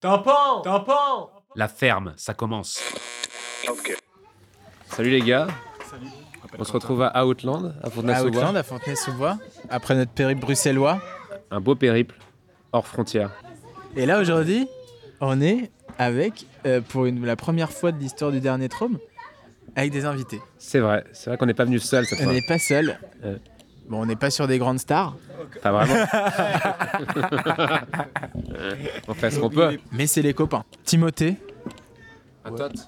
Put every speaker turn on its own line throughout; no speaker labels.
Tampon Tampon
La ferme, ça commence.
Salut les gars. On se retrouve à Outland, à
À Auckland,
Fontenay-sous-Bois.
à Fontenay-sous-Bois, après notre périple bruxellois.
Un beau périple hors frontières.
Et là, aujourd'hui, on est avec, euh, pour une- la première fois de l'histoire du dernier trône, avec des invités.
C'est vrai, c'est vrai qu'on n'est pas venu seul cette
On
fois.
n'est pas seul.
Ouais.
Bon, on n'est pas sur des grandes stars,
Pas vraiment. on fait ce qu'on peut.
mais c'est les copains. Timothée,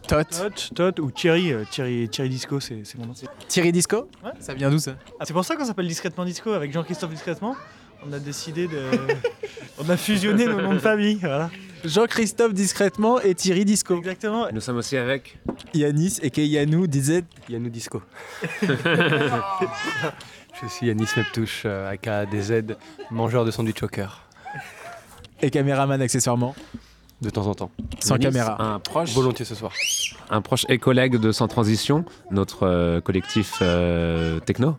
Tot,
Tot, Tot ou Thierry, euh, Thierry, Thierry Disco, c'est c'est mon nom.
Thierry Disco
Ouais.
Ça vient d'où ça
Ah, c'est pour ça qu'on s'appelle Discrètement Disco avec Jean-Christophe Discrètement. On a décidé de. On a fusionné nos noms de famille, voilà.
Jean-Christophe discrètement et Thierry Disco.
Exactement.
Nous sommes aussi avec.
Yanis et Keyanou disait
Yannou Disco. Je suis Yanis Neptouche, euh, aka DZ, mangeur de sandwich au cœur,
et caméraman accessoirement,
de temps en temps.
sans
Yanis,
caméra.
Un proche,
Volontiers ce soir.
un proche et collègue de Sans Transition, notre euh, collectif euh, techno.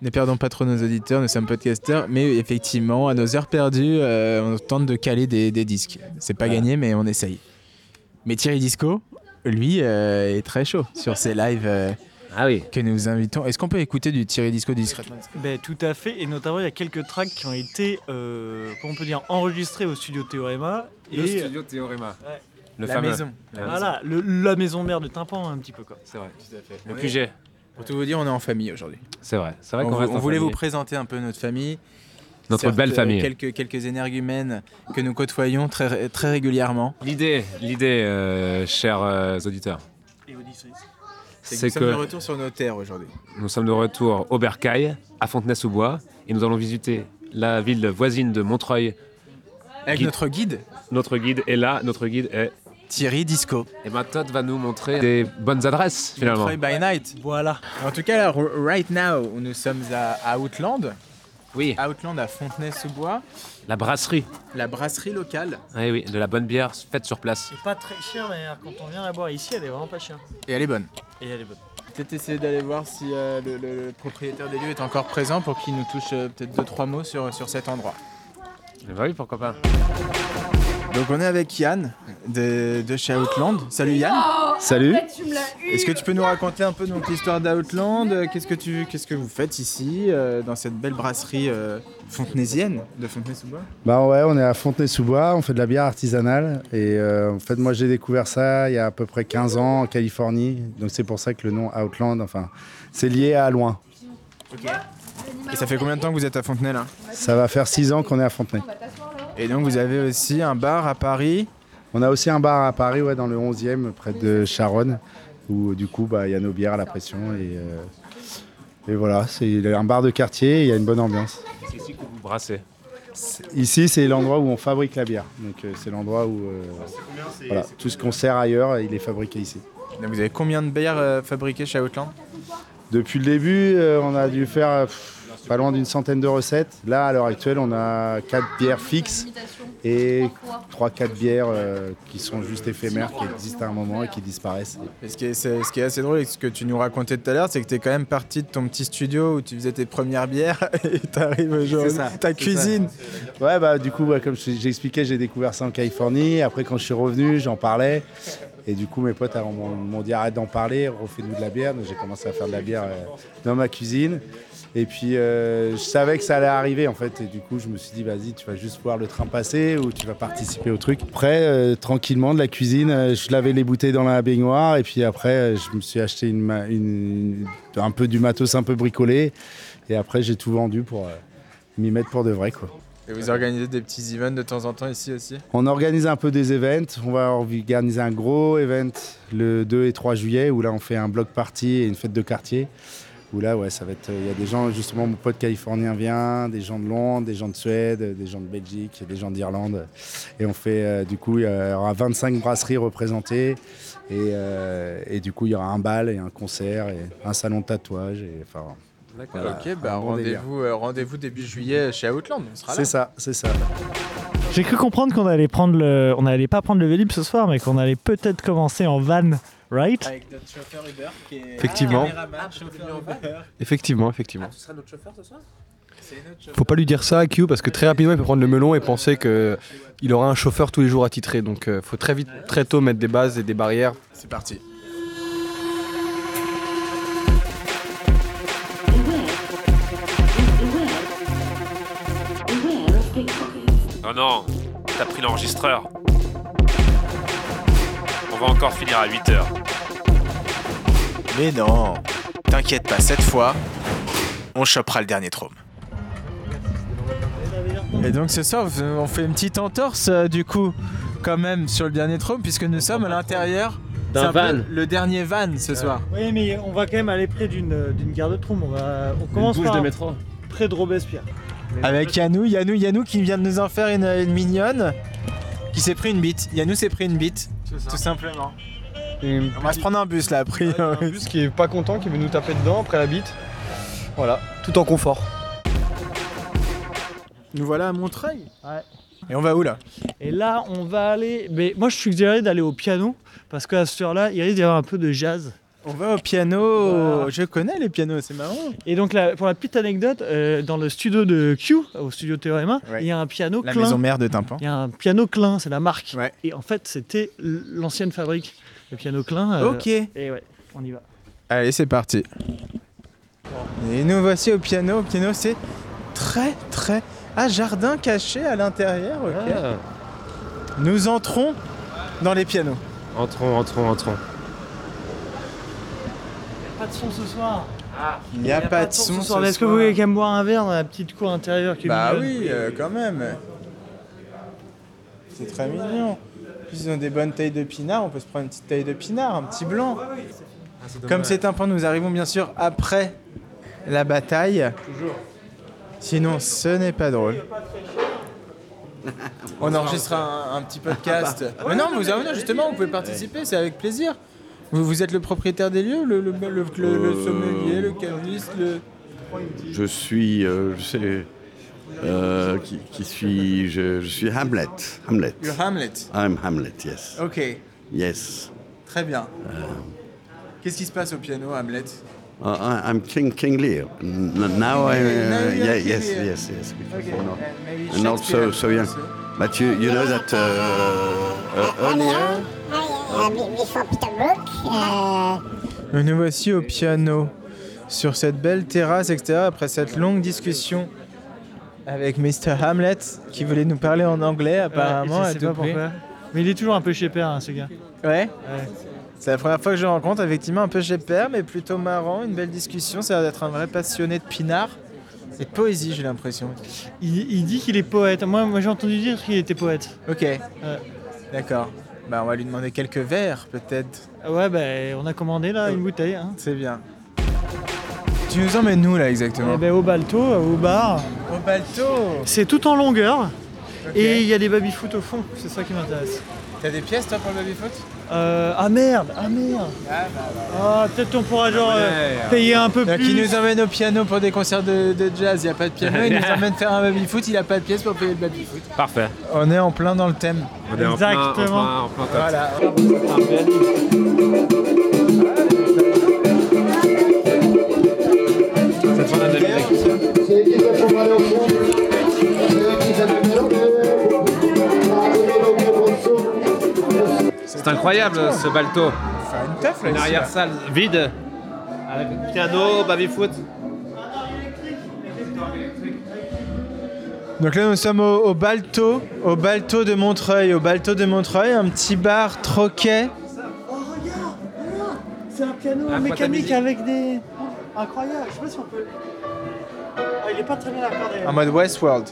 Ne perdons pas trop nos auditeurs, nous sommes podcasteurs, mais effectivement, à nos heures perdues, euh, on tente de caler des, des disques. C'est pas gagné, mais on essaye. Mais Thierry Disco, lui, euh, est très chaud sur ses lives euh,
Ah oui.
que nous vous invitons. Est-ce qu'on peut écouter du Thierry Disco discrètement
Ben, tout à fait, et notamment il y a quelques tracks qui ont été, euh, comment on peut dire, enregistrés au studio Théorema. Et
Théorema.
Ouais.
Le fameux.
voilà, le- la maison mère de tympan, un petit peu quoi.
C'est vrai.
tout à fait.
Le QG.
Pour tout vous dire, on est en famille aujourd'hui.
C'est vrai. C'est vrai
On,
qu'on
vou-
reste
on
en
voulait vous
famille.
présenter un peu notre famille.
Notre
Certes,
belle
euh,
famille.
Quelques, quelques énergumènes que nous côtoyons très, ré- très régulièrement.
L'idée, l'idée, euh, chers euh, auditeurs,
Et Odysseus.
c'est que
retour sur nos terres aujourd'hui.
Nous sommes de retour au Bercail, à Fontenay-sous-Bois, et nous allons visiter la ville voisine de Montreuil.
Avec
Guide.
notre guide,
Notre guide est là, notre guide est...
Thierry Disco.
Et ma Todd va nous montrer des bonnes adresses, finalement.
Montreuil by night.
Voilà.
En tout cas, alors, right now, nous sommes à, à Outland.
Oui,
Outland à Fontenay-sous-Bois.
la brasserie. Eh
La brasserie locale.
Oui, oui, de la bonne bière faite sur place.
C'est pas très cher d'ailleurs, quand on vient la boire ici, elle est vraiment pas chère.
Et elle est bonne.
Et elle est bonne.
Peut-être essayer d'aller voir si euh, le, le- le propriétaire des lieux est encore présent pour qu'il nous touche euh, peut-être deux, trois mots sur, sur cet endroit.
Eh ben oui, pourquoi pas.
Donc on est avec Yann de, de chez Outland. Salut Yann.
Salut.
Tu me l'as eu.
Est-ce que tu peux nous raconter un peu donc, l'histoire d'Outland Euh, Qu'est-ce que tu qu'est-ce que vous faites ici, euh, dans cette belle brasserie euh, fontenaisienne de Fontenay-sous-Bois
Bah ouais, on est à Fontenay-sous-Bois, on fait de la bière artisanale. Et euh, en fait, moi, j'ai découvert ça il y a à peu près 15 ans en Californie. Donc c'est pour ça que le nom Outland, enfin, c'est lié à loin.
Et ça fait combien de temps que vous êtes à Fontenay là
Ça va faire 6 ans qu'on est à Fontenay.
Et donc vous avez aussi un bar à Paris.
On a aussi un bar à Paris, ouais, dans le 11e, près de Charonne, où du coup, bah, il y a nos bières à la pression. Et, euh, et voilà, c'est un bar de quartier, il y a une bonne ambiance.
C'est ici que vous brassez.
Ici, c'est l'endroit où on fabrique la bière. Donc euh, c'est l'endroit où euh, voilà, tout ce qu'on sert ailleurs, il est fabriqué ici.
Donc, vous avez combien de bières euh, fabriquées chez Outland
Depuis le début, euh, on a dû faire euh, pff, pas loin d'une centaine de recettes. Là, à l'heure actuelle, on a 4 bières fixes et 3-4 bières euh, qui sont juste éphémères, qui existent à un moment et qui disparaissent.
Et ce, qui est, c'est- ce qui est assez drôle et ce que tu nous racontais tout à l'heure, c'est que tu es quand même parti de ton petit studio où tu faisais tes premières bières et tu arrives aujourd'hui.
ça,
Ta cuisine.
Ouais, bah du coup, ouais, comme je- j'expliquais, j'ai découvert ça en Californie. Après, quand je suis revenu, j'en parlais. Et du coup, mes potes alors, m'ont m'ont dit arrête d'en parler, refais-nous de la bière. Donc j'ai commencé à faire de la bière euh, dans ma cuisine. Et puis, euh, je savais que ça allait arriver en fait. Et du coup, je me suis dit, vas-y, tu vas juste voir le train passer ou tu vas participer au truc. Après, euh, tranquillement, de la cuisine, euh, je lavais les bouteilles dans la baignoire. Et puis après, euh, je me suis acheté une ma- une- un peu du matos un peu bricolé. Et après, j'ai tout vendu pour euh, m'y mettre pour de vrai. quoi.
Et vous organisez des petits events de temps en temps ici aussi
On organise un peu des events. On va organiser un gros event le 2 et 3 juillet où là on fait un block party et une fête de quartier. Où là, ouais, ça va être. Il y a des gens, justement, mon pote californien vient, des gens de Londres, des gens de Suède, des gens de Belgique, des gens d'Irlande. Et on fait, euh, du coup, il y aura 25 brasseries représentées. Et, euh, et du coup, il y aura un bal et un concert et un salon de tatouage. Et, enfin,
D'accord.
Ok, bah
un bon
rendez-vous euh, rendez-vous début juillet chez Outland. On sera là.
c'est ça, c'est ça.
J'ai cru comprendre qu'on allait prendre le, on allait pas prendre le Vélib ce soir, mais qu'on allait peut-être commencer en van, right
Avec notre chauffeur Uber qui est
Effectivement. Effectivement, effectivement. Faut pas lui dire ça à Q parce que très rapidement il peut prendre le melon et penser que il aura un chauffeur tous les jours attitré. Donc euh, faut très vite, très tôt mettre des bases et des barrières.
C'est parti.
Non, non, t'as pris l'enregistreur. On va encore finir à 8 heures.
Mais non, t'inquiète pas, cette fois, on chopera le dernier trôme. Et donc ce soir, vous- on fait une petite entorse euh, du coup, quand même, sur le dernier trôme, puisque nous sommes à l'intérieur
D'un
C'est un peu
van.
Le dernier van ce soir.
Oui, mais on va quand même aller près d'une d'une gare de trombe. On, va, on
Une
commence
bouche de
par
métro.
près de Robespierre.
Avec Yanou, Yanou, Yanou qui vient de nous en faire une, une mignonne, qui s'est pris une bite. Yanou s'est pris une bite, tout Ah, simplement. On va se prendre un bus là, après.
euh,
Un bus qui est pas content, qui veut nous taper dedans après la bite. Voilà, tout en confort.
Nous voilà à Montreuil.
Ouais.
Et on va où là
Et là, on va aller. Mais moi, je suggérais d'aller au piano parce qu'à cette heure-là, il risque d'y avoir un peu de jazz.
On va au piano.
Voilà.
Je connais les pianos, c'est marrant.
Et donc, là, pour la petite anecdote, euh, dans le studio de Q, au studio Théorema,
Ouais.
il y a un piano
La
Klein.
maison mère de tympan.
Il y a un piano Klein, c'est la marque.
Ouais.
Et en fait, c'était l- l'ancienne fabrique, le piano Klein. euh,
Ok.
Et ouais, on y va.
Allez, c'est parti. Et nous voici au piano. Au piano, c'est très, très. Ah, jardin caché à l'intérieur. ok.
Ah,
Nous entrons dans les pianos.
entrons, entrons, entrons.
Pas de son ce soir.
Il n'y a, pas, de
ce
son.
soir.
ce
Est-ce que vous
soir.
voulez quand même boire un verre dans la petite cour intérieure qui est
Bah
mignonne
oui, euh, quand même. C'est très mignon. En plus, ils ont des bonnes tailles de pinard. On peut se prendre une petite taille de pinard, un petit blanc. Comme Ah, c'est un point, nous arrivons bien sûr après la bataille. Sinon, ce n'est pas drôle. On enregistrera un, un petit podcast. Mais non, mais vous avez justement, vous pouvez participer, c'est avec plaisir. Vous, vous êtes le propriétaire des lieux, le, le- le- le- le
Euh,
sommelier, le caviste, le...
Je suis, euh, je sais, euh, qui, qui suis, je, je suis Hamlet. Hamlet.
le Hamlet.
I'm Hamlet, yes.
Ok.
Yes.
Très bien. Qu'est-ce qui se passe au piano, Hamlet
Uh, I- I'm King, King Lear. N- Now I,
Now
uh,
you're
yeah,
King
yes,
Lear.
yes, yes. because, you know.
maybe
And also, so yeah. But you, you know that uh, uh, earlier,
Nous voici au piano, sur cette belle terrasse, etc. Après cette longue discussion avec Mr. Hamlet, qui voulait nous parler en anglais,
Ouais,
apparemment,
je
à
sais
tout
pas
prix.
pourquoi. Mais il est toujours un peu chez père, hein, ce gars.
Ouais.
Ouais.
C'est la première fois que je le rencontre, effectivement, un peu père, mais plutôt marrant, une belle discussion. Ça a l'air d'être un vrai passionné de pinard et de poésie, j'ai l'impression.
Il, il dit qu'il est poète. Moi, moi j'ai entendu dire qu'il était poète.
Ok. D'accord. Bah, on va lui demander quelques vers, peut-être.
Ah Ouais, bah, on a commandé là une bouteille. Hein.
C'est bien. Tu nous emmènes nous là exactement
Eh ben, au balto, au bar.
Au balto
C'est tout en longueur
Ok.
et il y a des baby-foot au fond. C'est ça qui m'intéresse.
T'as des pièces toi pour le babyfoot
Euh, ah merde, ah merde. Ah, peut-être on pourra genre euh, payer un peu
Qui
plus.
nous emmène au piano pour des concerts de, de jazz, il a pas de piano, il nous emmène faire un babyfoot, il a pas de pièces pour payer le babyfoot.
Parfait.
On est en plein dans le thème.
On est en plein- en
Exactement.
plein- en plein top.
Voilà.
C'est incroyable ce balto.
Une teuf là,
Une
ici, là.
arrière-salle vide. Avec piano, baby-foot.
Donc là nous sommes au, au Balto, au Balto de Montreuil, au Balto de Montreuil, un petit bar troquet.
C'est un piano
Ah,
mécanique
mécanique
avec des. Incroyable, je sais pas si on peut. Ah, il est pas très bien accordé.
En mode Westworld.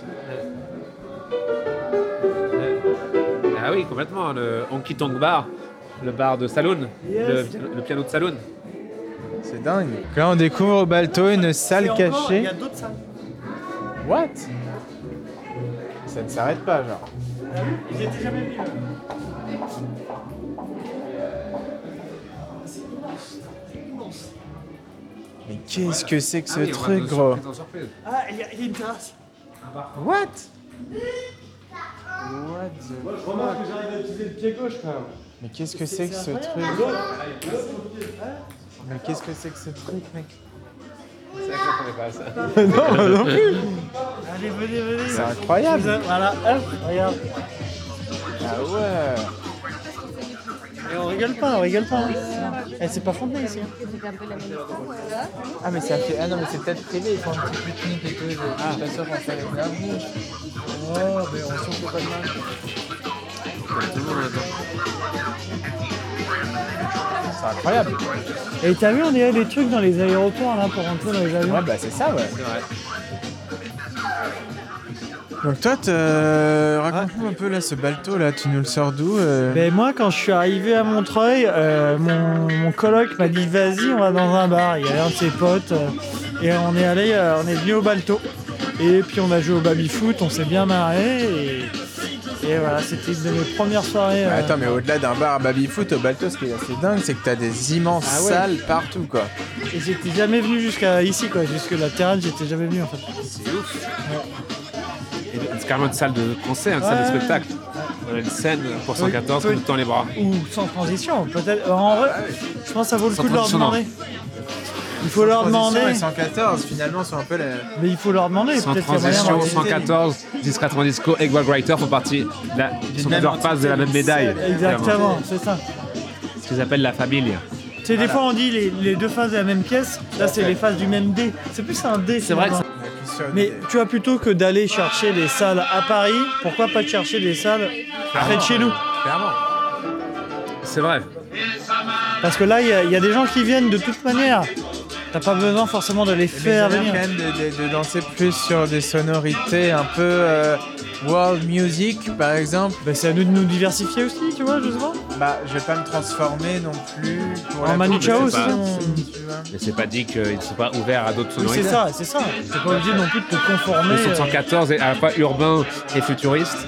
Ah oui, complètement. Le Honky Tonk Bar, le bar de saloon,
Yes.
le, le piano de saloon.
C'est dingue. Donc là on découvre au Balto une salle
Il
cachée.
y a d'autres salles.
What Ça ne s'arrête pas, genre.
Ils étaient jamais venus.
Mais qu'est-ce que c'est que ce
Ah oui, on va
truc,
de
gros
surprise en surprise.
Ah, il y, a- il y a une terrasse.
What
Je remarque que Ah, j'arrive à utiliser le pied gauche quand même.
Mais qu'est-ce que c'est que ce truc Mais qu'est-ce que c'est que ce truc, mec
Allez, venez, venez. Ah,
C'est incroyable.
Voilà, hop, regarde.
Ah ouais.
Et on rigole pas, on rigole pas. Eh, c'est pas fondé ici. hein.
Ah, mais ça fait. Ah non, mais c'est peut-être privé, ils font un petit pique-nique et tout. Je suis pas sûr qu'on fait les bienvenus. Oh, mais on s'en fout pas de mal. C'est incroyable.
Et t'as vu, on dirait des trucs dans les aéroports là pour rentrer dans les avions.
Ouais, bah c'est ça, ouais. Donc toi, t'as- euh, raconte-nous un peu là ce balto là, tu nous le sors d'où euh
Mais moi, quand je suis arrivé à Montreuil, euh, mon, mon coloc m'a dit vas-y, on va dans un bar. Il y avait un de ses potes euh, et on est allé, euh, on est venu au Balto. Et puis on a joué au baby foot, on s'est bien marré et, et voilà, c'était une de mes premières soirées.
Bah,
euh.
Attends, mais au-delà d'un bar à baby-foot, au balto, ce qui est assez dingue, c'est que t'as des immenses
Ah ouais.
salles partout, quoi.
euh, Et j'étais jamais venu jusqu'à ici quoi, jusque la terrasse, j'étais jamais venu en fait.
Et C'est carrément une salle de concert, une salle de
Ouais.
spectacle. On a une scène pour 114
Oui.
qui nous tend les bras.
Ou sans transition, peut-être. euh, En vrai, je pense que ça vaut le
Sans
coup de leur
transition, non.
demander. Il faut leur demander,
Et 114, finalement, sont un peu la...
mais il faut leur demander.
Sans
Peut-être qu'il y a moyen
transition,
d'organiser.
114, 10 90 disco, Egg Wild Writer font partie de la, sont
même
plusieurs faces de la même
entité,
médaille. Vraiment.
Exactement, c'est ça.
Ce qu'ils appellent la famille.
Tu sais, des fois on dit les, les deux faces de la même pièce, là c'est les faces du même dé. C'est plus un dé.
C'est vrai que
finalement. Mais tu vois, plutôt que d'aller chercher des salles à Paris, pourquoi pas chercher des salles près de chez nous
C'est vrai.
Parce que là, il y, a- il y a des gens qui viennent de toute manière. T'as pas besoin forcément de les
ben,
faire
Mais j'aimerais
venir.
quand même de, de- de danser plus sur des sonorités un peu euh, world music, par exemple.
Bah, c'est à nous de nous diversifier aussi, tu vois, je sais pas.
Bah, je vais pas me transformer non plus pour
En
la
Manu
coupe,
Chao
je sais
aussi,
pas,
on-
tu vois.
Mais c'est pas dit qu'ils ne sont pas ouverts à d'autres
Oui, c'est
sonorités.
ça, c'est ça. T'es pas obligé non plus de te conformer.
Le son de 114 est à la fois urbain et futuriste.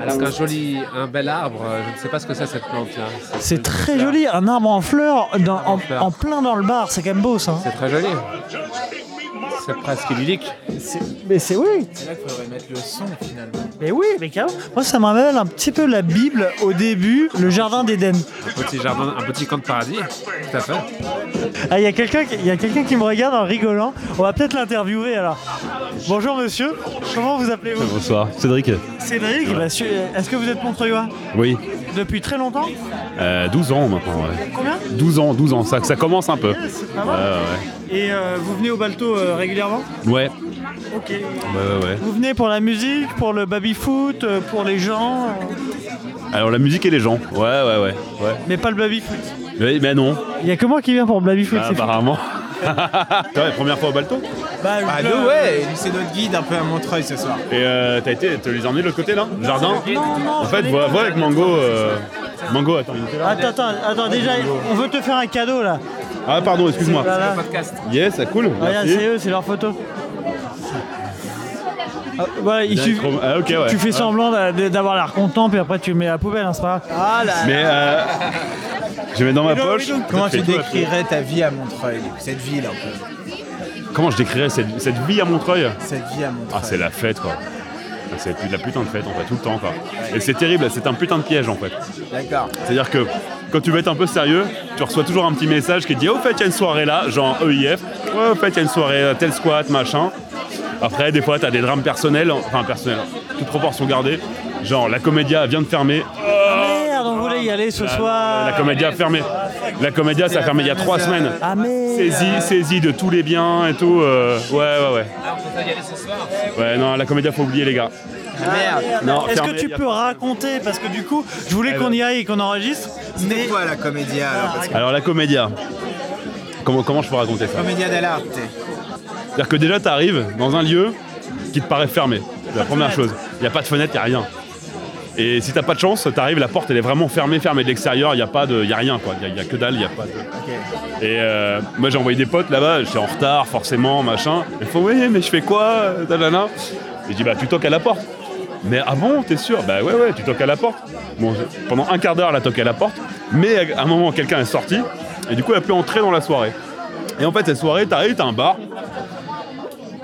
Alors qu'un joli, un bel arbre, euh, je ne sais pas ce que c'est cette plante-là.
euh, C'est très joli, un arbre en fleurs dans- en, en plein dans le bar, c'est quand même beau ça. hein.
C'est très joli. C'est presque idyllique.
Mais c'est oui,
Là, il faudrait mettre le son finalement.
mais oui, mais carrément. Moi ça me rappelle un petit peu la Bible au début, le jardin d'Éden.
Un petit jardin, un petit camp de paradis. Tout à fait.
Ah, il y a quelqu'un qui, il y a quelqu'un qui me regarde en rigolant. On va peut-être l'interviewer alors. Bonjour monsieur, comment vous appelez-vous
Bonsoir, Cédric.
Cédric, bah, su- euh, est-ce que vous êtes Montreuillois
Oui,
Depuis très longtemps
euh, 12 ans maintenant. ouais.
Combien
12 ans, 12 ans, ça, ça commence un peu.
C'est pas
Ouais,
mal.
ouais.
Et euh, vous venez au Balto euh, régulièrement
Ouais,
Ok.
ouais, ouais, ouais.
Vous venez pour la musique, pour le baby-foot, euh, pour les gens, euh,
Alors la musique et les gens. Ouais, ouais, ouais. ouais.
mais pas le baby-foot.
Mais, mais non,
Il y a que moi qui viens pour le baby-foot,
bah,
c'est fou.
apparemment. T'as la première fois au Balto
Bah,
Ah,
le-
nous, ouais, c'est notre guide un peu à Montreuil ce soir.
Et euh, t'as été, tu les as emmenés de l'autre côté là le Jardin
Non, non,
En
je
fait,
l'ai
vois,
pas.
vois avec Mango. euh, Mango, attends, il était là.
Attends, attends, attends, déjà, on veut te faire un cadeau là.
Ah, pardon, excuse-moi.
Voilà.
Yes, ça cool.
Regarde, c'est
Merci.
eux, c'est leur photo. Ah, voilà, il suffit-
Ah, ok, ouais.
Tu fais semblant d'a- d'avoir l'air content, puis après tu le mets à la poubelle, hein, c'est pas grave.
Mais euh, je mets dans ma poche.
Comment tu
Peut-être que-
décrirais ta vie à Montreuil, cette ville un peu
Comment je décrirais cette, cette vie à Montreuil
Cette vie à Montreuil.
Ah, c'est la fête, quoi. Ah, C'est plus de la putain de fête, en fait, tout le temps, quoi. Et c'est terrible, c'est un putain de piège, en fait.
D'accord.
C'est-à-dire que quand tu veux être un peu sérieux, tu reçois toujours un petit message qui te dit Au fait, il y a une soirée là, genre EIF. Ouais, au fait, il y a une soirée, euh, tel squat, machin. Après, des fois, t'as des drames personnels, enfin personnels, toute proportion gardée. Genre, la comédia vient de fermer. Euh,
Merde, on voulait y aller ce soir.
Ah. La comédia a fermé. La comédia, ça a fermé il y a trois semaines.
Ah mais
Saisie, saisie de tous les biens et tout. euh, ouais, ouais, ouais. Ouais, non, la comédia, faut oublier, les gars.
Merde.
Non,
Ah, Est-ce que
fermé,
tu
y a- Eh
peux raconter Parce que du coup, je voulais
ben.
qu'on y aille et qu'on enregistre.
C'était quoi la comédia alors parce que-
Alors, la comédia. Comment, comment je peux raconter ça
Comédia dell'arte.
C'est-à-dire que déjà, tu arrives dans un lieu qui te paraît fermé. C'est la première chose. Il n'y a pas de fenêtre, il n'y a rien. Et si t'as pas de chance, t'arrives, la porte elle est vraiment fermée, fermée de l'extérieur, il n'y a, pas de- y a rien quoi, il n'y a, que dalle, il n'y a pas de... Et euh, moi j'ai envoyé des potes là-bas, j'étais en retard forcément, machin. Ils font oui mais je fais quoi euh, Tadana Et je dis bah tu toques à la porte. Mais ah bon, t'es sûr Bah ouais ouais, tu toques à la porte. Bon, je- pendant un quart d'heure elle a toqué à la porte, mais à un moment quelqu'un est sorti, et du coup elle a pu entrer dans la soirée. Et en fait cette soirée, t'arrives, t'as un bar,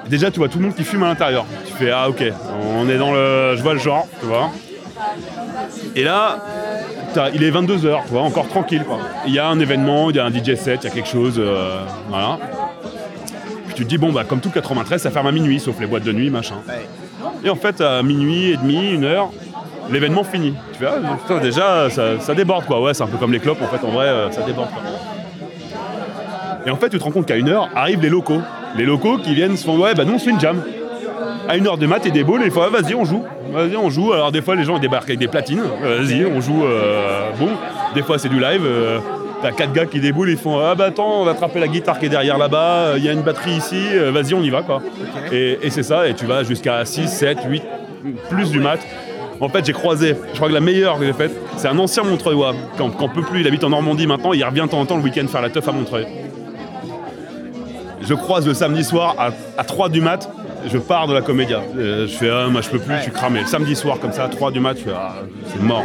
Déjà, tu vois tout le monde qui fume à l'intérieur. Tu fais ah ok, on est dans le, je vois le genre, tu vois. Et là, t'as- il est 22h, tu vois, encore tranquille. quoi. Il y a un événement, il y a un DJ set, il y a quelque chose. euh, voilà. Puis tu te dis, bon, bah, comme tout le 93, ça ferme à minuit, sauf les boîtes de nuit, machin. Et en fait, à minuit et demi, une heure, l'événement finit. Tu vois, putain, déjà, ça, ça déborde, quoi. Ouais, c'est un peu comme les clopes, en fait, en vrai, euh, ça déborde. quoi. Et en fait, tu te rends compte qu'à une heure, arrivent les locaux. Les locaux qui viennent se font, ouais, bah, nous, on se fait une jam. À une heure de mat, et des boules, et il faut, ah, vas-y, on joue. Vas-y, on joue. Alors, des fois, les gens ils débarquent avec des platines. Vas-y, on joue. euh, bon, des fois, c'est du live. euh, T'as quatre gars qui déboulent, ils font Ah bah attends, on va attraper la guitare qui est derrière là-bas, il y a une batterie ici, euh, vas-y, on y va quoi. Et, et c'est ça, et tu vas jusqu'à 6, 7, 8, plus du mat. En fait, j'ai croisé, je crois que la meilleure que j'ai faite, c'est un ancien Montreuilois, quand, quand peut plus, il habite en Normandie maintenant, il revient de temps en temps le week-end faire la teuf à Montreuil. Je croise le samedi soir à, à 3 du mat, je pars de la comédia. Euh, je fais, ah, moi je peux plus, je suis cramé. Le samedi soir, comme ça, à 3 du mat, je fais, ah, c'est mort.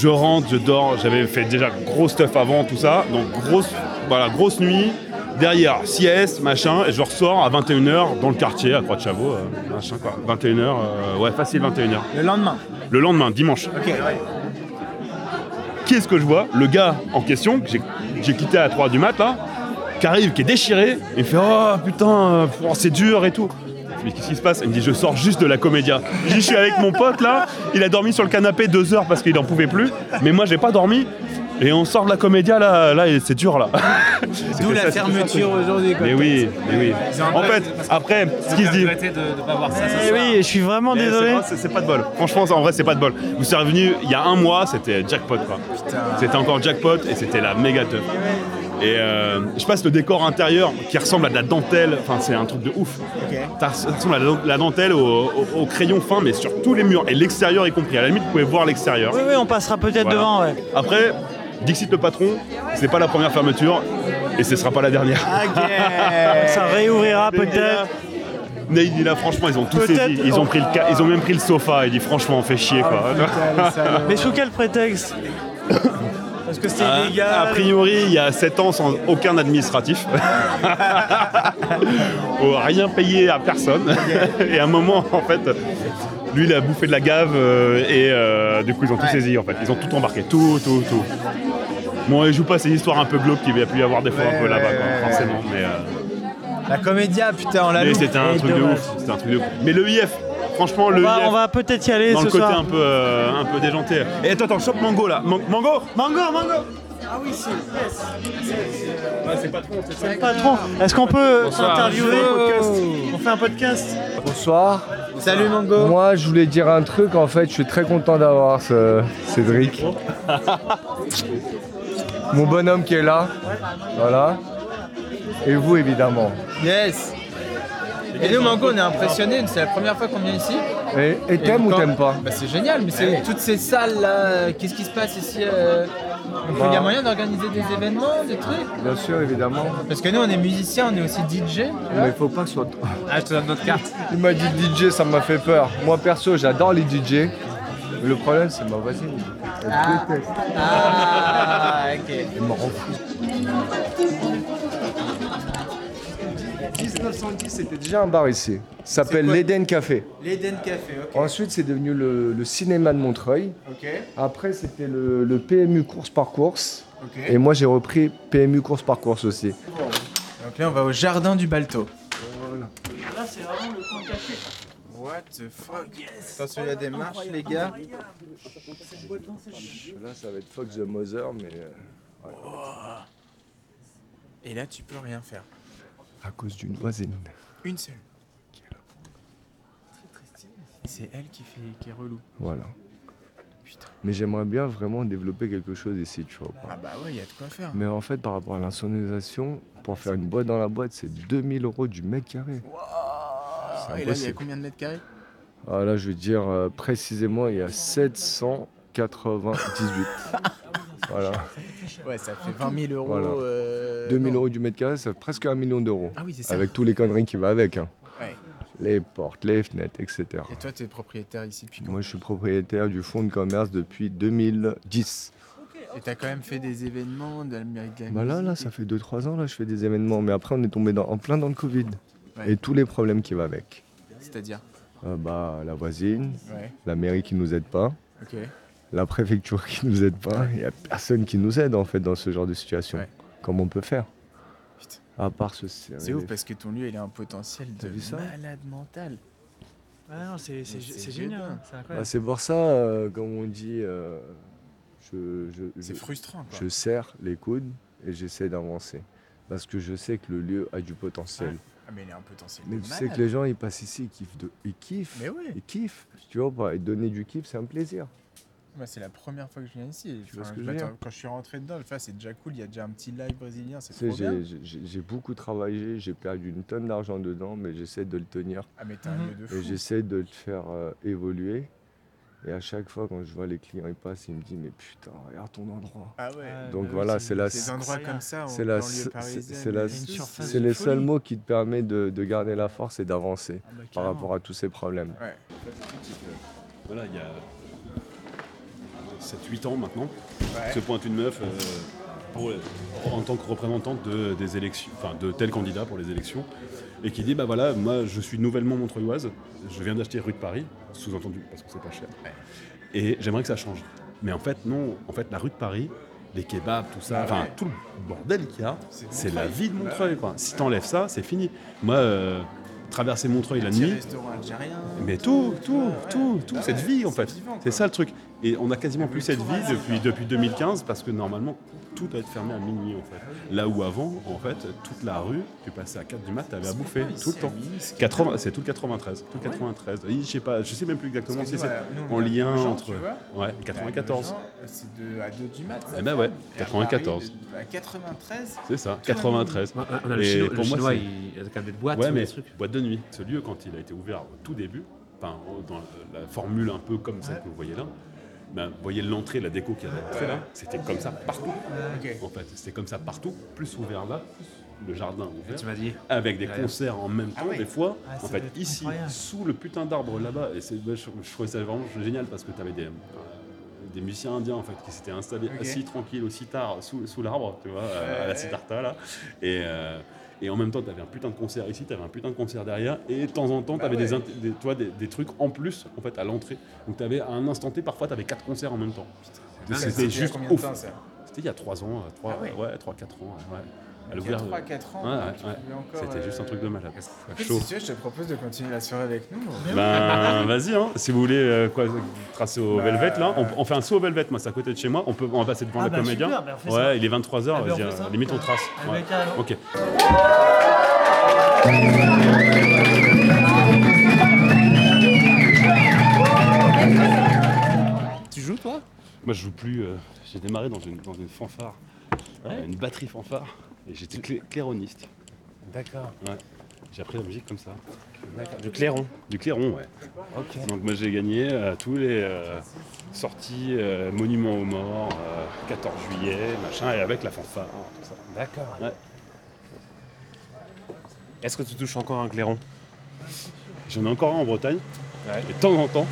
Je rentre, je dors, j'avais fait déjà gros stuff avant, tout ça. Donc grosse, voilà, grosse nuit, derrière, sieste, machin, et je ressors à 21h dans le quartier, à Croix-de-Chavaux, euh, machin quoi. 21h, euh, ouais, facile 21h.
Le lendemain.
Le lendemain, dimanche.
Ok, ouais.
Qu'est-ce que je vois Le gars en question, que j'ai- j'ai quitté à 3 du mat là, qui arrive, qui est déchiré, il fait Oh putain, euh, oh, c'est dur et tout. Mais qu'est-ce qui se passe Il me dit Je sors juste de la comédia. Je dis, Je suis avec mon pote là, il a dormi sur le canapé deux heures parce qu'il n'en pouvait plus, mais moi j'ai pas dormi. Et on sort de la comédia là, là et c'est dur là.
D'où la fermeture aujourd'hui. quoi.
Mais oui, mais oui. En fait, après, ce qui se dit.
Regretter de ne pas voir ça.
Eh oui, je suis vraiment
Mais c'est
désolé.
pas- C'est c'est pas de bol. Franchement, ça, en vrai, c'est pas de bol. Vous serez revenu il y a un mois, c'était jackpot quoi. C'était encore jackpot et c'était la méga teuf. Et euh, je passe le décor intérieur qui ressemble à de la dentelle. Enfin, c'est un truc de ouf. Ça res- ça ressemble à la- la dentelle au, au- au crayon fin, mais sur tous les murs et l'extérieur y compris. À la limite, vous pouvez voir l'extérieur.
Oui, oui, on passera peut-être
Voilà.
devant, ouais.
Après, Dixit le patron, c'est pas la première fermeture et ce sera pas la dernière.
Ah,
Ça réouvrira Ah, peut-être.
Mais il dit là, franchement, ils ont tout
Peut-être-
saisi. Ils ont, pris le ca- ils ont même pris le sofa. Il dit, franchement, on fait chier
Ah,
quoi.
Mais sous quel prétexte Parce que c'était
Ah,
illégal.
A priori, il y a 7 ans sans aucun administratif. Oh, Rien payé à personne. Et à un moment, en fait, lui, il a bouffé de la gave euh, et euh, du coup, ils ont tout saisi, en fait. Ils ont tout embarqué, tout, tout, tout. Bon, et je joue pas ces histoires un peu glauques qu'il y a pu y avoir des fois un peu là-bas, quoi, forcément. Mais, euh,
La comédia, putain, on l'a
mais
loupé.
c'était un
Et
truc de
dommage.
ouf. C'était un truc de ouf. Mais le IF, franchement, le
On va,
IF,
Bah, on va peut-être y aller
dans
ce
le côté
soir.
un peu, euh, un peu déjanté. Et attends, attends, chope Mango, là. Man- mango
Mango, mango Ah oui, c'est le patron, Est-ce qu'on peut s'interviewer On fait un podcast
Bonsoir.
Salut Mango.
Moi, je voulais dire un truc. En fait, je suis très content d'avoir ce Cédric. Mon bonhomme qui est là. Voilà. Et vous, évidemment.
Yes. Et nous, Mango, on est impressionnés. C'est la première fois qu'on vient ici.
Et, et t'aimes ou
quand-
t'aimes pas Ah
Bah, c'est génial, mais c'est toutes ces salles là. euh, Qu'est-ce qui se passe ici euh, donc,
Bah.
Il y a moyen d'organiser des événements, des trucs.
Bien sûr, évidemment.
Parce que nous, on est musiciens, on est aussi DJ.
Mais faut pas que ce soit.
Ah, je te donne notre carte.
Il m'a dit DJ, ça m'a fait peur. Moi, perso, j'adore les DJ. Mais le problème, c'est ma voisine. Elle déteste.
Ah, ok.
Elle me rend fou. 1910, c'était déjà un bar ici. Ça s'appelle
quoi
l'Eden Café.
L'Eden Café, ok.
Ensuite, c'est devenu le, le cinéma de Montreuil.
Ok.
Après, c'était le, le PMU course par course.
Ok.
Et moi, j'ai repris PMU course par course aussi.
Donc là, on va au jardin du Balto.
Là, c'est vraiment le coin café.
What the fuck Attention, il y a des marches, les gars.
Là, ça va être Fox the Mother, mais euh,
Et là, tu peux rien faire.
à cause d'une voisine.
Une seule. Et C'est elle qui fait qui est relou.
Voilà. Mais j'aimerais bien vraiment développer quelque chose ici, tu vois.
Ah bah ouais, il y a de quoi faire.
Mais en fait, par rapport à l'insonorisation,
Ah,
pour faire une boîte dans la boîte, c'est 2000 euros du mètre carré. Ah,
Et là, il y a
impossible.
combien de mètres carrés
Ah, là, je vais dire euh, précisément, il y a 798. voilà.
Ouais, ça fait 20 000 euros.
Voilà.
euh,
2000
non.
euros du mètre carré, c'est presque un million d'euros.
Ah oui, c'est ça.
Avec tous les conneries qui va avec. hein.
Ouais.
Les portes, les fenêtres, etc.
Et toi, t'es propriétaire ici depuis quand
Moi, je suis propriétaire du fonds de commerce depuis 2010.
Et t'as quand même fait des événements de la de la
Bah là, là,
musique.
ça fait 2-3 ans, là, je fais des événements. Mais après, on est tombé dans- en plein dans le Covid.
Ouais.
Et tous les problèmes qui va avec.
C'est-à-dire
euh, bah, la voisine,
Ouais.
la mairie qui nous aide pas,
Ok.
la préfecture qui nous aide pas. Il n'y a personne qui nous aide en fait dans ce genre de situation. Comment on peut faire À part se serrer
C'est ouf
les
parce que ton lieu, il a un potentiel de
vu ça
malade mental.
Ah non, c'est c'est-
c'est
c'est génial,
génial.
hein, c'est
Bah,
incroyable.
c'est pour ça, euh, comme on dit, euh, je, je-
C'est
je-
frustrant, quoi.
Je serre les coudes et j'essaie d'avancer. Parce que je sais que le lieu a du potentiel.
Ah, mais il a un potentiel
Mais
de
tu sais
malade.
que les gens, ils passent ici, ils kiffent. de- ils kiffent.
Mais ouais.
Ils kiffent. Tu vois, ou pas et donner du kiff, c'est un plaisir.
Moi, c'est la première fois que je viens ici.
vois
Enfin,
ce que
je
je veux dire
m'attends- quand je suis rentré dedans, le fait, c'est déjà cool. Il y a déjà un petit live brésilien, c'est
Tu sais,
trop bien.
j'ai- j'ai j'ai beaucoup travaillé, j'ai perdu une tonne d'argent dedans, mais j'essaie de le tenir.
Ah, mais t'as un Mhm. lieu de
Et
fou.
j'essaie de le faire euh, évoluer. Et à chaque fois, quand je vois les clients, ils passent, ils me disent Mais putain, regarde ton endroit.
Ah
Euh,
ouais.
Donc
Ah,
voilà,
oui,
c'est la.
Ces endroits comme ça, Ah, en
c'est la-
banlieue
c'est-
parisienne,
c'est la-
il y a une surface
C'est
de
les
folie.
seuls mots qui te permettent de, de garder la force et d'avancer
bah,
par
carrément.
rapport à tous ces problèmes.
Ouais.
Voilà, il y a 7-8 ans maintenant, se pointe une meuf euh, pour- en tant que représentante de, des élections, enfin de tel candidat pour les élections, et qui dit bah voilà, moi je suis nouvellement montreuilloise, je viens d'acheter rue de Paris, sous-entendu parce que c'est pas cher, et j'aimerais que ça change. Mais en fait non, en fait la rue de Paris, les kebabs, tout ça, enfin tout le bordel qu'il y a, c'est la vie de Montreuil quoi. Si t'enlèves ça, c'est fini. Moi, euh, traverser Montreuil la
Petit
nuit.
restaurant algérien.
Mais tout, tout, tout, tout, cette vie en fait. C'est ça le truc. Et on a quasiment plus cette vie depuis, depuis 2015 parce que normalement tout doit être fermé à minuit en fait. Là où avant, en fait, toute la rue, tu passais à 4 du mat, t'avais à bouffer tout le temps. 80 C'est tout le 93. Tout le 93. Je sais pas, je sais même plus exactement
Parce que
si
nous,
c'est
à- nous,
en
on a
lien
Nogent,
entre.
tu vois.
Ouais, 94.
Euh, C'est de, à 2 du mat. ça.
Eh ben ouais,
Et à
94.
Paris, de- à 93.
C'est ça,
tout à
93.
minuit.
on a le
Et
Chinois- le Chinois,
c'est-
il- avec des boîtes,
Ouais,
des
mais
trucs.
boîte de nuit. Ce lieu, quand il a été ouvert au tout début, enfin, au- dans la formule un peu comme celle que vous voyez là, ben, vous voyez l'entrée, la déco qu'il y avait à l'entrée là, c'était comme ça partout. En fait, c'était comme ça partout, plus ouvert là, plus le jardin ouvert.
tu m'as dit.
Avec des
Derrière.
concerts en même temps,
Ah ouais.
des fois.
Ah, ça
en fait,
doit être
ici,
incroyable.
sous le putain d'arbre là-bas, et c'est, bah, je, je trouvais ça vraiment génial parce que tu avais des, euh, des musiciens indiens en fait qui s'étaient installés
Ok.
assis tranquilles aussi tard sous, sous l'arbre, tu vois, euh, à
Ouais.
la Siddhartha là. Et, euh, et en même temps, tu avais un putain de concert ici, tu avais un putain de concert derrière, et de temps en
Bah
temps, tu avais des,
ouais.
int- des, tu vois, des, des trucs en plus en fait à l'entrée. Donc tu avais à un instant T, parfois tu avais quatre concerts en même temps.
c'est dingue. C'était il
C'était
y a
juste
combien de
ouf.
temps, ça
C'était il y a 3 ans, 3,
Ah ouais.
ouais, 3 4 ans, ouais. Elle
Il y a
ouvert,
trois,
euh,
quatre ans,
ouais,
donc
ouais,
tu
ouais.
pouvais encore, euh,
C'était juste un truc de malade.
Écoute,
Chaud.
Si tu veux, je te propose de continuer la soirée avec nous.
Ben vas-y, hein. si vous voulez euh, quoi, tracer au
Bah,
Velvet, là, on, on fait un saut au Velvet, moi c'est à côté de chez moi, on, peut, on va passer devant
Ah,
le
bah,
comédien.
super, bah, on fait
ouais,
ça.
il est 23h,
Ah, bah, on
vas-y,
fait
euh,
ça.
limite on trace.
Ah,
Ouais.
bah, carrément.
Ok.
Tu joues toi
Moi je joue plus, euh, j'ai démarré dans une, dans une fanfare, euh, une batterie fanfare, et j'étais clé- claironiste.
D'accord.
Ouais. J'ai appris la musique comme ça.
D'accord, du clairon.
Du clairon, ouais.
Ok.
Donc moi j'ai gagné euh, tous les euh, sorties euh, Monuments aux Morts, euh, 14 juillet, machin, et avec la fanfare, hein, tout ça.
D'accord.
Ouais.
Est-ce que tu touches encore un clairon
J'en ai encore un en Bretagne. Et de temps en temps.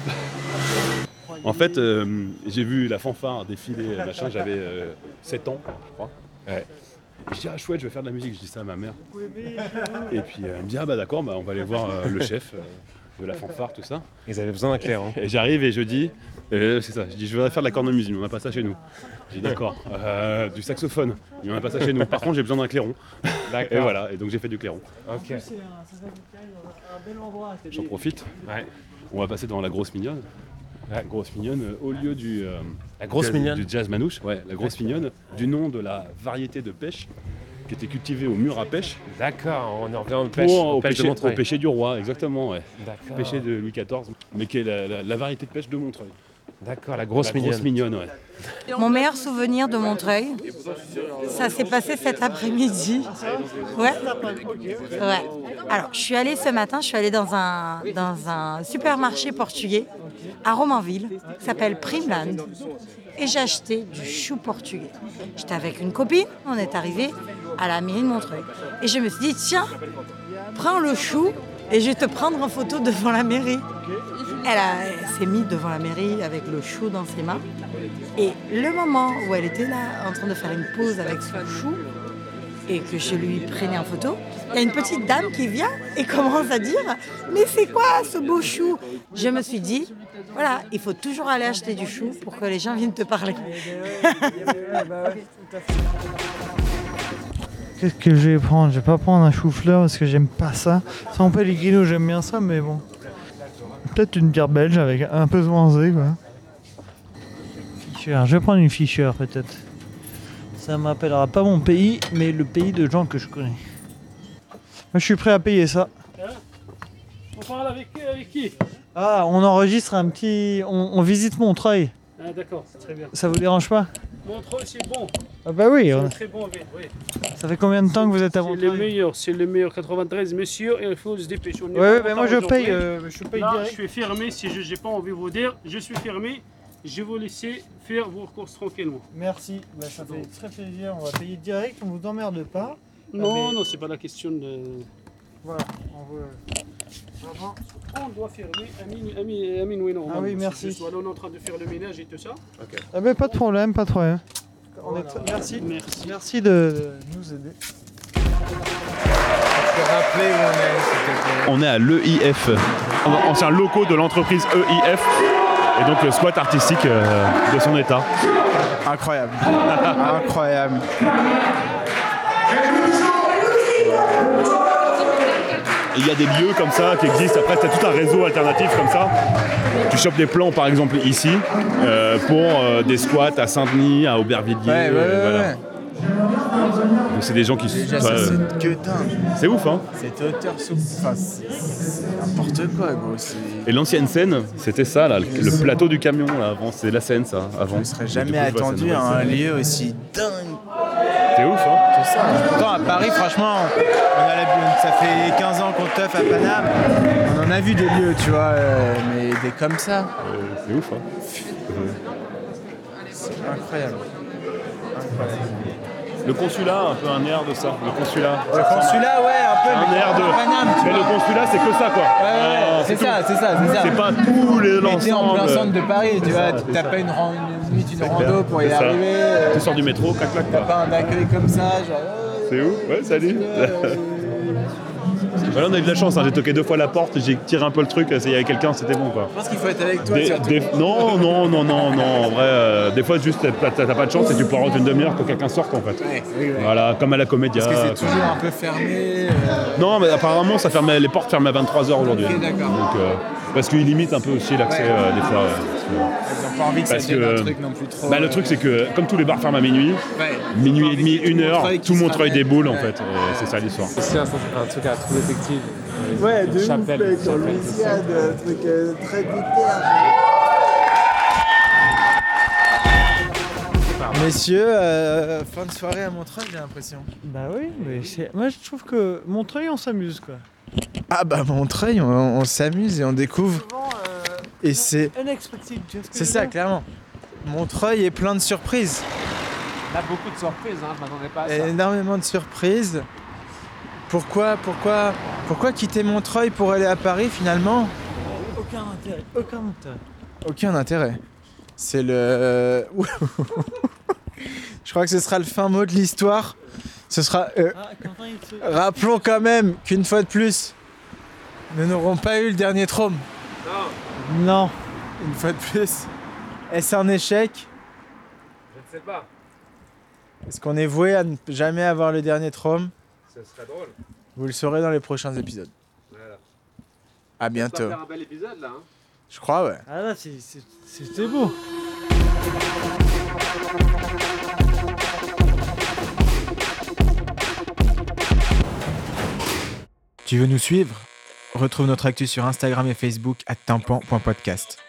en fait, euh, j'ai vu la fanfare défiler, euh, machin, j'avais euh, 7 ans, je crois. Ouais. Et je dis, ah chouette, je vais faire de la musique, je dis ça à ma mère. Et puis euh, elle me dit, ah bah d'accord, bah, on va aller voir euh, le chef euh, de la fanfare, tout ça.
Ils avaient besoin d'un clairon.
Et j'arrive et je dis, euh, c'est ça, je dis, je vais faire de la cornemuse, mais on n'a pas ça chez nous. J'ai dit, d'accord, Euh, du saxophone, il n'y en a pas ça chez nous. Par contre, j'ai besoin d'un clairon. Et
D'accord.
voilà, et donc j'ai fait du clairon.
En plus, c'est un- ça s'appelle Carré dans un- un bel endroit. c'est
J'en
des-
profite. On va passer dans la grosse mignonne. La grosse mignonne euh, au lieu du, euh,
La grosse
jazz-
mignonne.
du jazz manouche, ouais, la grosse mignonne, du nom de la variété de pêche qui était cultivée au mur à pêche.
D'accord, on en revient au
Pour
pêche.
au,
pêche de
pêcher,
Montreuil.
au pêcher du roi, exactement. Ouais.
D'accord.
Pêcher de Louis XIV, mais qui est la, la- la variété de pêche de Montreuil.
D'accord, la grosse
grosse mignonne, ouais.
Mon meilleur souvenir de Montreuil, ça s'est passé cet après-midi. Ouais. Ouais. Alors, je suis allée ce matin, je suis allée dans un, dans un supermarché portugais à Romainville, qui s'appelle Primland, et j'ai acheté du chou portugais. J'étais avec une copine, on est arrivé à la mairie de Montreuil. Et je me suis dit, tiens, prends le chou et je vais te prendre en photo devant la mairie. Elle, a- elle s'est mise devant la mairie avec le chou dans ses mains. Et le moment où elle était là, en train de faire une pause avec son chou,
et que je lui prenais en photo, il y a une petite dame qui vient et commence à dire Mais c'est quoi ce beau chou Je me suis dit Voilà, il faut toujours aller acheter du chou pour que les gens viennent te parler.
Qu'est-ce que je vais prendre Je vais pas prendre un chou-fleur parce que j'aime pas ça. Sans pellegrino, j'aime bien ça, mais bon. Peut-être une bière belge avec un peu de manzé, quoi. Fischer, je vais prendre une Fischer peut-être. Ça me rappellera pas mon pays, mais le pays de gens que je connais. Moi, je suis prêt à payer ça.
On parle avec, avec qui
Ah, on enregistre un petit. On, on visite Montreuil.
Ah, D'accord, très bien.
Ça vous dérange pas
Montreux, c'est bon.
Ah, bah oui.
C'est
on-
une très bonne ville, oui.
Ça fait combien de temps que vous êtes à
C'est le
Montreuil
meilleur, c'est le meilleur. 93, monsieur, il faut se dépêcher. On est
Ouais, ouais,
pas
mais
en
moi, je
retard
paye,
aujourd'hui.
euh, je paye
Là,
direct.
je suis fermé, si je n'ai pas envie de vous dire, je suis fermé. Je vais vous laisser faire vos courses tranquillement.
Merci, bah, ça fait très plaisir. On va payer direct, on vous emmerde pas.
Non,
Ah, mais-
non, c'est pas la question de.
Voilà, on euh, veut.
On doit fermer à minuit, à minuit, à minuit normalement.
Ah oui, merci.
Je suis là, on est en train de faire le ménage et tout ça.
Ah, bah, pas de problème, pas de problème. On est très- Merci. Merci de de nous aider.
On est à l'EIF, ancien locaux de l'entreprise EIF, et donc le squat artistique euh, de son état.
Incroyable. Incroyable.
Il y a des lieux comme ça qui existent. Après, tu as tout un réseau alternatif comme ça. Tu chopes des plans, par exemple, ici, euh, pour euh, des squats à Saint-Denis, à Aubervilliers.
Ouais, ouais, ouais,
euh, voilà.
ouais.
Donc, C'est des gens qui...
Déjà,
enfin,
ça,
euh,
c'est que dingue.
C'est ouf, hein
Cette hauteur sous. Enfin, c'est c'est n'importe quoi, gros. c'est-
Et l'ancienne scène, c'était ça, là, le, le plateau du camion, là, avant. C'est la scène, ça, avant. Je ne serais
Jamais attendu hein, à un lieu aussi dingue.
C'est ouf, hein
C'est ça. Pourtant, à Paris, franchement, on a la- ça fait 15 ans qu'on teuf à Paname. On en a vu des lieux, tu vois, euh, mais des comme ça.
C'est ouf, hein
Incroyable.
Le consulat, un peu un air de ça. Le consulat.
Le consulat, ouais, un peu.
Un
mais
air
comme
de.
à Paname, tu
mais
vois.
le consulat, c'est que ça, quoi.
Ouais, ouais, ouais,
Ah,
c'est
tout.
ça, c'est ça, c'est ça.
C'est pas tout les-
Mais t'es en plein
l'ensemble.
centre de Paris, tu
C'est
vois,
ça, c'est
t'as
ça.
pas une, ran- une limite une rando
clair,
pour
c'est
y
ça.
arriver. euh,
Tu sors du métro, clac, clac,
T'as
clac.
pas un accueil comme ça, genre. euh,
C'est ouf, ouais, salut. Voilà, on a eu de la chance, hein. j'ai toqué deux fois la porte, j'ai tiré un peu le truc, il y avait quelqu'un, c'était bon quoi.
Je pense qu'il faut être avec toi,
Des-
surtout.
des- non, non, non, non, non, en vrai, euh, des fois juste t'as t'as pas de chance et tu peux rentrer une demi-heure quand quelqu'un sorte en fait. Voilà, comme à la comédia.
Parce que c'est toujours un peu fermé. euh,
Non, mais apparemment, ça fermait, les portes ferment à 23h aujourd'hui.
Ok, d'accord.
Donc, euh, parce qu'ils limitent un peu aussi l'accès
Ouais.
euh, des fois. ouais, parce que-
Ils ont pas envie que ça
parce
devienne
que,
un truc non plus trop. euh,
bah, le truc, c'est que comme tous les bars ferment à minuit, minuit et demi, une heure,
Montreuil qui
tout
se
Montreuil
ramène.
déboule en
Ouais.
fait. Et C'est ça l'histoire.
C'est un, un truc à trouver effectif.
Ouais,
Une
de ouf,
chapelle,
mec,
une
en
chapelle,
Louisiane, un truc euh, très déter. Messieurs, euh, fin de soirée à Montreuil, j'ai l'impression.
Bah oui, mais c'est- moi je trouve que Montreuil on s'amuse quoi.
Ah bah Montreuil, on, on s'amuse et on découvre. Et c'est...
Unexpected, tu vois ce que
C'est
je veux
ça,
dire
clairement. Montreuil est plein de surprises.
On a beaucoup de surprises, hein, je m'attendais pas à
Eh,
ça.
Énormément de surprises. Pourquoi, pourquoi, pourquoi quitter Montreuil pour aller à Paris finalement
Aucun intérêt, aucun intérêt.
Aucun intérêt. C'est le. Ouh. Je crois que ce sera le fin mot de l'histoire. Ce sera. euh,
Ah,
Rappelons quand même qu'une fois de plus, nous n'aurons pas eu le dernier trône.
Non.
Une fois de plus. Est-ce un échec
Je ne sais pas,
Est-ce qu'on est voué à ne jamais avoir le dernier trône
ce serait drôle.
Vous le saurez dans les prochains épisodes.
Voilà. Ça
À
va
bientôt.
faire un bel épisode là. hein.
Je crois, ouais.
Ah là, c'est- c'est- c'était beau.
Tu veux nous suivre Retrouve notre actu sur Instagram et Facebook à tympan.podcast.